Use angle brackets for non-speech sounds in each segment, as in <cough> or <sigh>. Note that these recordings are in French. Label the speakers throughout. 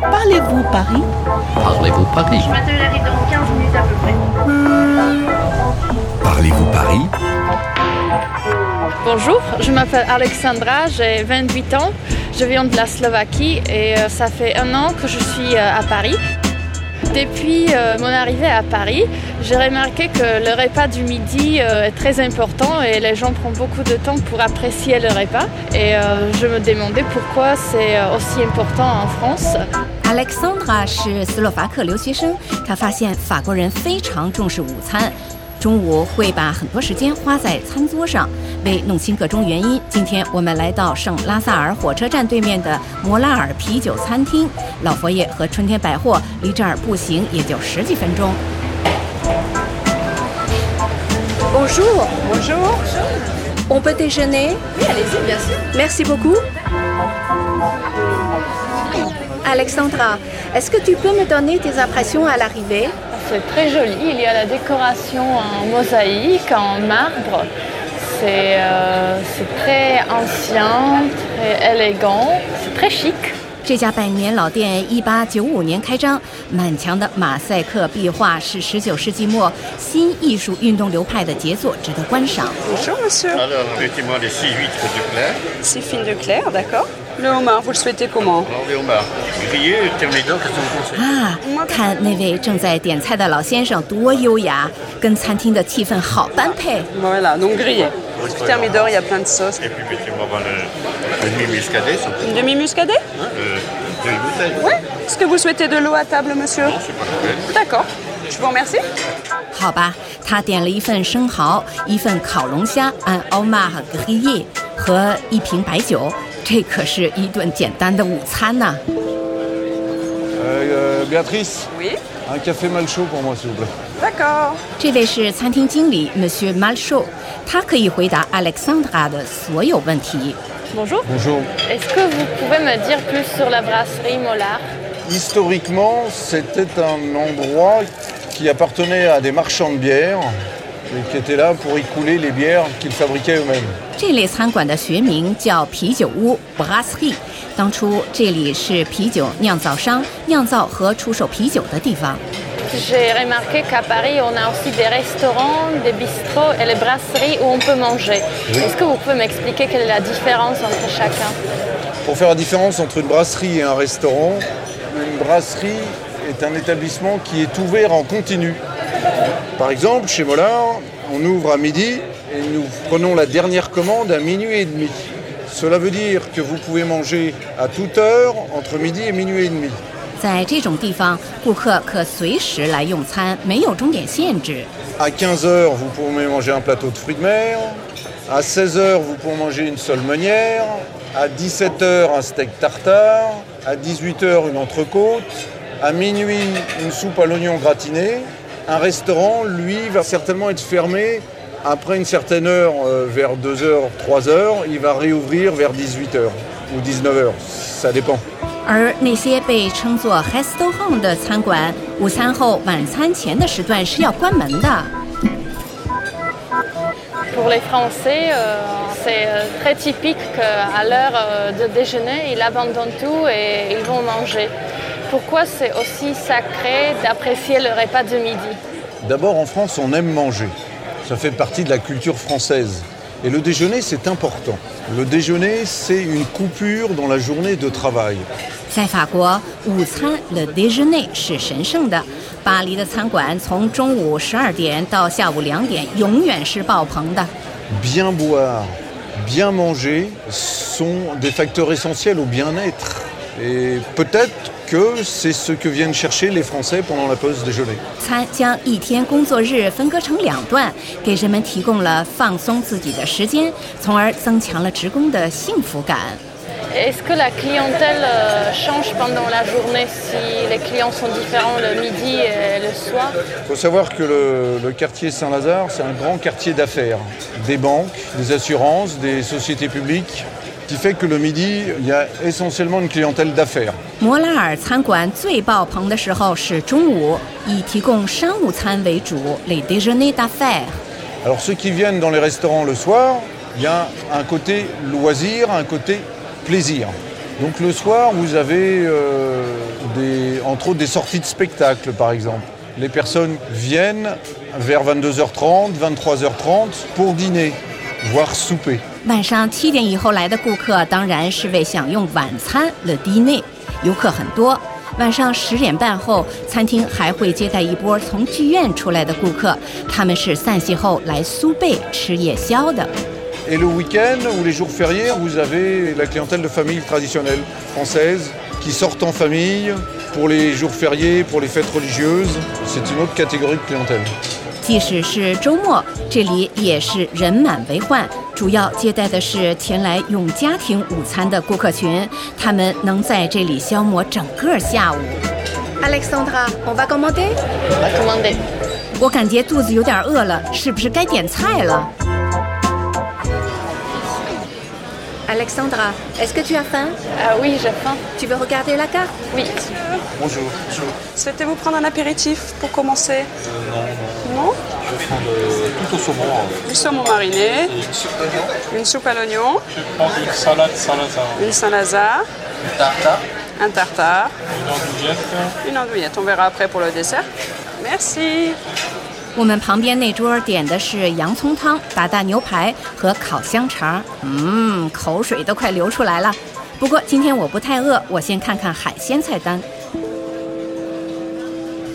Speaker 1: Parlez-vous Paris
Speaker 2: Parlez-vous Paris
Speaker 3: Je m'attelle arrive dans 15 minutes à peu près.
Speaker 4: Parlez-vous Paris
Speaker 5: Bonjour, je m'appelle Alexandra, j'ai 28 ans, je viens de la Slovaquie et euh, ça fait un an que je suis euh, à Paris. Depuis euh, mon arrivée à Paris, j'ai remarqué que le repas du midi euh, est très important et les gens prennent beaucoup de temps pour apprécier le repas. Et euh, je me demandais pourquoi c'est euh, aussi important en France.
Speaker 6: Alexandra 是斯洛伐克留学生，她发现法国人非常重视午餐，中午会把很多时间花在餐桌上。为弄清各种原因，今天我们来到圣拉萨尔火车站对面的摩拉尔啤酒餐厅，老佛爷和春天百货离这儿步行也就十几分钟。
Speaker 7: Bonjour. Bonjour. On peut déjeuner Oui, allez-y, bien sûr. Merci beaucoup. Alexandra, est-ce que tu peux me donner tes impressions à l'arrivée
Speaker 5: C'est très joli, il y a la décoration en mosaïque, en marbre. C'est euh, c'est très ancien, très élégant, c'est très chic.
Speaker 6: 这家百年老店一八九五年开张，满墙的马赛克壁画是十九世纪末新艺术运动流派的杰作，值得观赏。
Speaker 8: Bonjour monsieur,
Speaker 9: Alors, mettez-moi les 6 huîtres du plein.
Speaker 8: c'est Fine de Claire, d'accord Le homard, vous le souhaitez comment
Speaker 9: Alors, les homards grillés, terminant, qu'est-ce que vous conseillez
Speaker 6: 啊，看那位正在点菜的老先生多优雅，跟餐厅的气氛好般配。
Speaker 8: Voilà, donc grillé. Thermidor, il y a plein de sauces.
Speaker 9: Et puis, mettez-moi ben, le, le demi-muscadet, s'il vous plaît.
Speaker 8: Une demi-muscadet
Speaker 9: Euh, deux bouteilles.
Speaker 8: Oui. Est-ce que vous souhaitez de l'eau à table, monsieur
Speaker 9: Non, c'est pas la peine.
Speaker 8: D'accord. Je vous remercie.
Speaker 6: 好吧，他点了一份生蚝，一份烤龙虾 an o m a h g r i l l 和一瓶白酒，这可是一顿简单的午餐呐、
Speaker 10: Euh, euh, Béatrice,
Speaker 8: Oui.
Speaker 10: un café mal chaud pour moi, s'il vous plaît.
Speaker 8: D'accord.
Speaker 6: 这位是餐厅经理 Monsieur Malshow，他可以回答 Alexandra 的所有问题。
Speaker 5: Bonjour.
Speaker 10: Bonjour.
Speaker 5: Est-ce que vous pouvez me dire plus sur la brasserie Mollard
Speaker 10: Historiquement, c'était un endroit qui appartenait à des marchands de bière et qui étaient là pour y couler les bières qu'ils fabriquaient eux-mêmes.
Speaker 6: 这类餐馆的学名叫啤酒屋 （brasserie）。当初这里是啤酒酿造商酿造和出售啤酒的地方。
Speaker 5: J'ai remarqué qu'à Paris, on a aussi des restaurants, des bistrots et les brasseries où on peut manger. Est-ce que vous pouvez m'expliquer quelle est la différence entre chacun
Speaker 10: Pour faire la différence entre une brasserie et un restaurant, une brasserie est un établissement qui est ouvert en continu. Par exemple, chez Mollard, on ouvre à midi et nous prenons la dernière commande à minuit et demi. Cela veut dire que vous pouvez manger à toute heure entre midi et minuit et demi.
Speaker 6: 在这种地方，顾客可随时来用餐，没有终点限制。
Speaker 10: À 15h, vous pourrez manger un plateau de fruits de mer. À 16h, vous pourrez manger une seule meunière. À 17h, un steak tartare. À 18h, une entrecôte. À minuit, une soupe à l'oignon gratiné. Un restaurant, lui, va certainement être fermé après une certaine heure, euh, vers 2h, 3h. Il va réouvrir vers 18h ou 19h. Ça dépend.
Speaker 6: 而那些被称作 h e s t o home 的餐馆，午餐后、晚餐前的时段是要关门的。
Speaker 5: Pour les Français, euh, c'est euh, très typique qu'à l'heure euh, de déjeuner, ils abandonnent tout et ils vont manger. Pourquoi c'est aussi sacré d'apprécier le repas de midi
Speaker 10: D'abord, en France, on aime manger. Ça fait partie de la culture française. Et le déjeuner, c'est important. Le déjeuner, c'est une coupure dans la journée de travail.
Speaker 6: 在法国，午餐 Le déjeuner 是神圣的。巴黎的餐馆从中午十二点到下午两点，永远是爆棚的。
Speaker 10: Bien boire, bien manger sont des facteurs essentiels au bien-être. Et peut-être que c'est ce que viennent chercher les Français pendant la pause déjeuner.
Speaker 6: 餐将一天工作日分割成两段，给人们提供了放松自己的时间，从而增强了职工的幸福感。
Speaker 5: Est-ce que la clientèle euh, change pendant la journée si les clients sont différents le midi et le soir
Speaker 10: Il faut savoir que le, le quartier Saint-Lazare, c'est un grand quartier d'affaires. Des banques, des assurances, des sociétés publiques, qui fait que le midi, il y a essentiellement une clientèle d'affaires.
Speaker 6: 摩拉尔餐馆最爆棚的时候是中午，以提供商务餐为主，le déjeuner d'affaires。
Speaker 10: Alors ceux qui viennent dans les restaurants le soir, il y a un côté loisir, un côté plaisir. Donc le soir, vous avez euh, des entre autres des sorties de spectacle par exemple. Les personnes viennent vers 22h30, 23h30 pour dîner, voire souper.
Speaker 6: 晚上七点以后来的顾客当然是为享用晚餐 le dîner，游客很多。晚上十点半后，餐厅还会接待一波从剧院出来的顾客，他们是散戏后来苏贝吃夜宵的。
Speaker 10: Et le week-end ou les jours fériés, vous avez la clientèle de famille traditionnelle française qui sortent en famille pour les jours fériés, pour les fêtes religieuses. C'est une autre catégorie de clientèle.
Speaker 6: 即使是周末，这里也是人满为患，主要接待的是前来用家庭午餐的顾客群，他们能在这里消磨整个下午。
Speaker 7: Alexandra, on va commander
Speaker 5: On va commander.
Speaker 6: 我感觉肚子有点饿了，是不是该点菜了？
Speaker 7: Alexandra, est-ce que tu as faim
Speaker 5: Ah oui, j'ai faim.
Speaker 7: Tu veux regarder la carte
Speaker 5: Oui.
Speaker 9: Bonjour.
Speaker 8: Souhaitez vous prendre un apéritif pour commencer Non. Non
Speaker 9: Euh, Je vais prendre euh, tout au saumon.
Speaker 8: Du saumon mariné,
Speaker 9: euh, Une soupe d'oignon.
Speaker 8: une soupe à l'oignon,
Speaker 1: Je prends une salade salazar,
Speaker 8: une Saint-Lazare,
Speaker 9: Une tartare.
Speaker 8: un tartare,
Speaker 1: une andouillette,
Speaker 8: une andouillette. On verra après pour le dessert. Merci.
Speaker 6: 我们旁边那桌点的是洋葱汤、打大牛排和烤香肠，嗯，口水都快流出来了。不过今天我不太饿，我先看看海鲜菜单。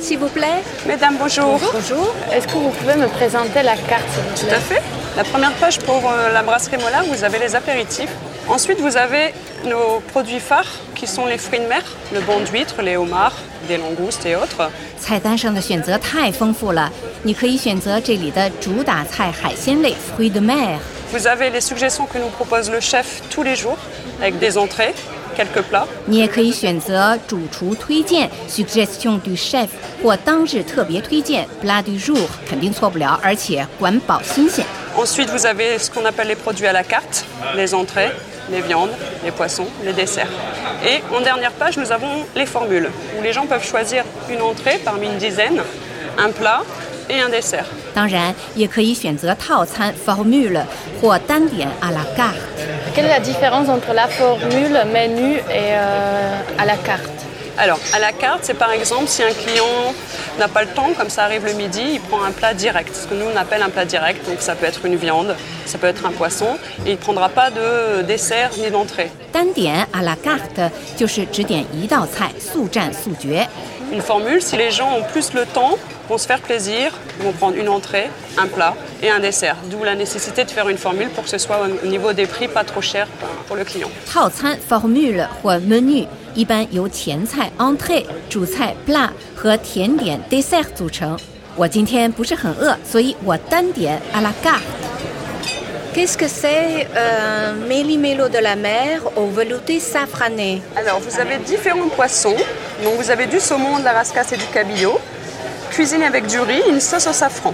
Speaker 7: S'il vous plaît
Speaker 8: Mesdames, bonjour.
Speaker 7: Bonjour.
Speaker 5: Est-ce que vous pouvez me présenter la carte, s'il vous
Speaker 8: Tout à
Speaker 5: plaît
Speaker 8: fait. La première page pour euh, la brasserie Mollard, vous avez les apéritifs. Ensuite, vous avez nos produits phares qui sont les fruits de mer, le bon d'huître, les homards, des langoustes et autres.
Speaker 6: 菜单上的选择太丰富了，你可以选择这里的主打菜海鲜类 fruit de mer。
Speaker 8: Vous avez les suggestions que nous propose le chef tous les jours, avec des entrées, quelques plats.
Speaker 6: 你也可以选择主厨推荐 suggestion du chef 或当日特别推荐 plat du jour，肯定错不了，而且管保新鲜。
Speaker 8: Ensuite, vous avez ce qu'on appelle les produits à la carte, les entrées, les viandes, les poissons, les desserts. Et en dernière page, nous avons les formules, où les gens peuvent choisir une entrée parmi une dizaine, un plat et un dessert.
Speaker 6: 当然，也可以选择套餐 formule 或单点 à la carte。
Speaker 5: Quelle est la différence entre la formule menu et euh, à la carte
Speaker 8: Alors, à la carte, c'est par exemple si un client n'a pas le temps, comme ça arrive le midi, il prend un plat direct, ce que nous on appelle un plat direct, donc ça peut être une viande, ça peut être un poisson, et il ne prendra pas de dessert ni d'entrée.
Speaker 6: 单点 à la carte 就是只点一道菜，速战速决。
Speaker 8: Une formule, si les gens ont plus le temps, vont se faire plaisir, vont prendre une entrée, un plat et un dessert. D'où la nécessité de faire une formule pour que ce soit au niveau des prix pas trop cher pour le client.
Speaker 6: 套餐 formule 或 menu 一般由前菜 entrée、主菜 plat 和甜点 dessert 组成。我今天不是很饿，所以我单点 à la carte。
Speaker 7: Qu'est-ce que c'est euh, Méli-mélo de la mer au velouté safrané
Speaker 8: Alors, vous avez différents poissons. Donc, vous avez du saumon, de la rascasse et du cabillaud. Cuisine avec du riz, une sauce au safran.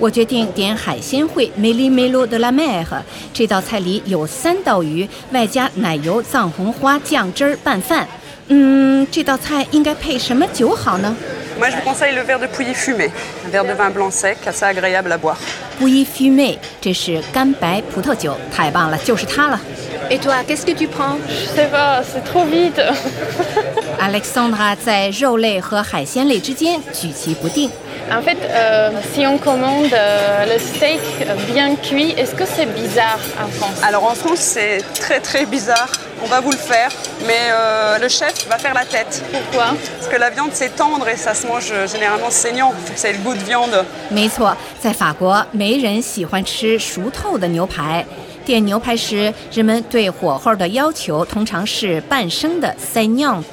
Speaker 6: 我决定点海鲜烩 Meli Melo de la Mer。这道菜里有三道鱼，外加奶油、藏红花酱汁儿拌饭。嗯，这道菜应该配什么酒好呢
Speaker 8: Moi, je vous conseille le verre de pouilly fumé, un verre de vin blanc sec, assez agréable à boire.
Speaker 6: b u y f u m e 这是干白葡萄酒，太棒了，就是它了。
Speaker 7: Et toi, qu'est-ce que tu prends
Speaker 5: Je sais pas, c'est trop <laughs> vite.
Speaker 6: Alexandra 在肉类和海鲜类之间举棋不定。
Speaker 5: En fait, euh, si on commande euh, le steak euh, bien cuit, est-ce que c'est bizarre en France
Speaker 8: Alors, en France, c'est très très bizarre. On va vous le faire, mais euh, le chef va faire la tête.
Speaker 5: Pourquoi
Speaker 8: Parce que la viande, c'est tendre et ça se mange euh, généralement saignant. C'est le goût de viande.
Speaker 6: 没错，在法国没人喜欢吃熟透的牛排。点牛排时，人们对火候的要求通常是半生的 s a i g n a n t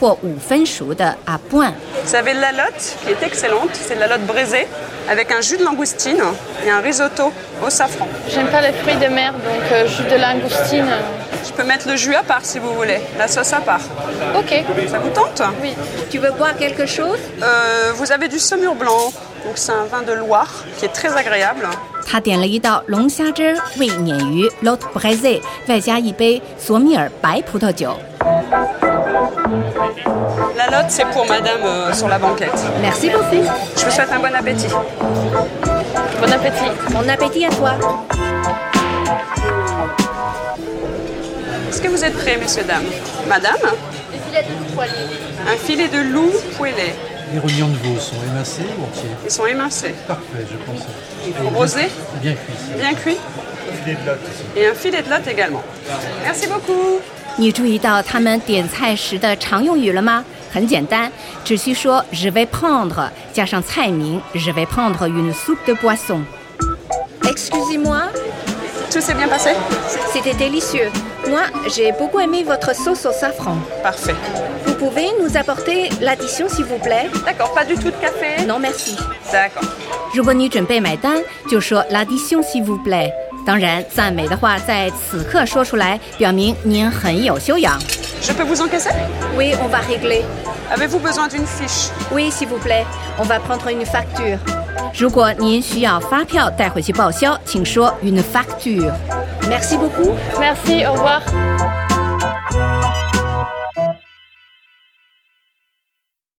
Speaker 6: 或五分熟的 à b o i n
Speaker 8: Vous avez de la lotte qui est excellente. C'est de la lotte braisée avec un jus de langoustine et un risotto au safran.
Speaker 5: J'aime pas les fruits de mer, donc euh, jus de langoustine.
Speaker 8: Je peux mettre le jus à part si vous voulez, la sauce à part.
Speaker 5: Ok,
Speaker 8: Ça vous tente
Speaker 5: oui.
Speaker 7: Tu veux boire quelque chose
Speaker 8: Euh, Vous avez du saumur blanc. Donc, c'est un vin de Loire qui est très agréable.
Speaker 6: 他点了一道龙虾汁儿喂鲶鱼 l o t b r a i s e 外加一杯索米尔白葡萄酒。
Speaker 8: La lotte, c'est pour madame euh, sur la banquette.
Speaker 6: Merci beaucoup。
Speaker 8: Je vous souhaite un bon appétit.
Speaker 5: Bon appétit.
Speaker 7: Bon appétit à toi.
Speaker 8: Est-ce que vous êtes prêts, messieurs, dames Madame Un filet de loup poêlé.
Speaker 2: Les rognons de veau sont émincés ou entiers
Speaker 8: Ils sont émincés,
Speaker 2: Parfait, je pense.
Speaker 8: rosés,
Speaker 2: Bien cuits.
Speaker 8: bien cuits.
Speaker 2: Filet de latte aussi.
Speaker 8: Et un filet de latte également. Merci beaucoup.
Speaker 6: 你注意到他们点菜时的常用语了吗？很简单，只需说 “je vais prendre” 加上菜名 “je vais prendre une soupe de poisson”。
Speaker 7: Excusez-moi,
Speaker 8: Tout s'est bien passé
Speaker 7: c'était délicieux. Moi, j'ai beaucoup aimé votre sauce au safran.
Speaker 8: Parfait.
Speaker 7: Vous pouvez nous apporter l'addition, s'il vous plaît
Speaker 8: D'accord, pas du tout de café
Speaker 7: Non, merci.
Speaker 8: D'accord.
Speaker 6: 如果你准备买单，就说 “l'addition s'il vous plaît”。当然，赞美的话在此刻说出来，表明您很有修养。
Speaker 8: Je peux vous encaisser
Speaker 7: Oui, on va régler.
Speaker 8: Avez-vous besoin d'une fiche
Speaker 7: Oui, s'il vous plaît, on va prendre une facture.
Speaker 6: 如果您需要发票带回去报销，请说 “une facture”。
Speaker 7: Merci beaucoup.
Speaker 5: Merci, au revoir.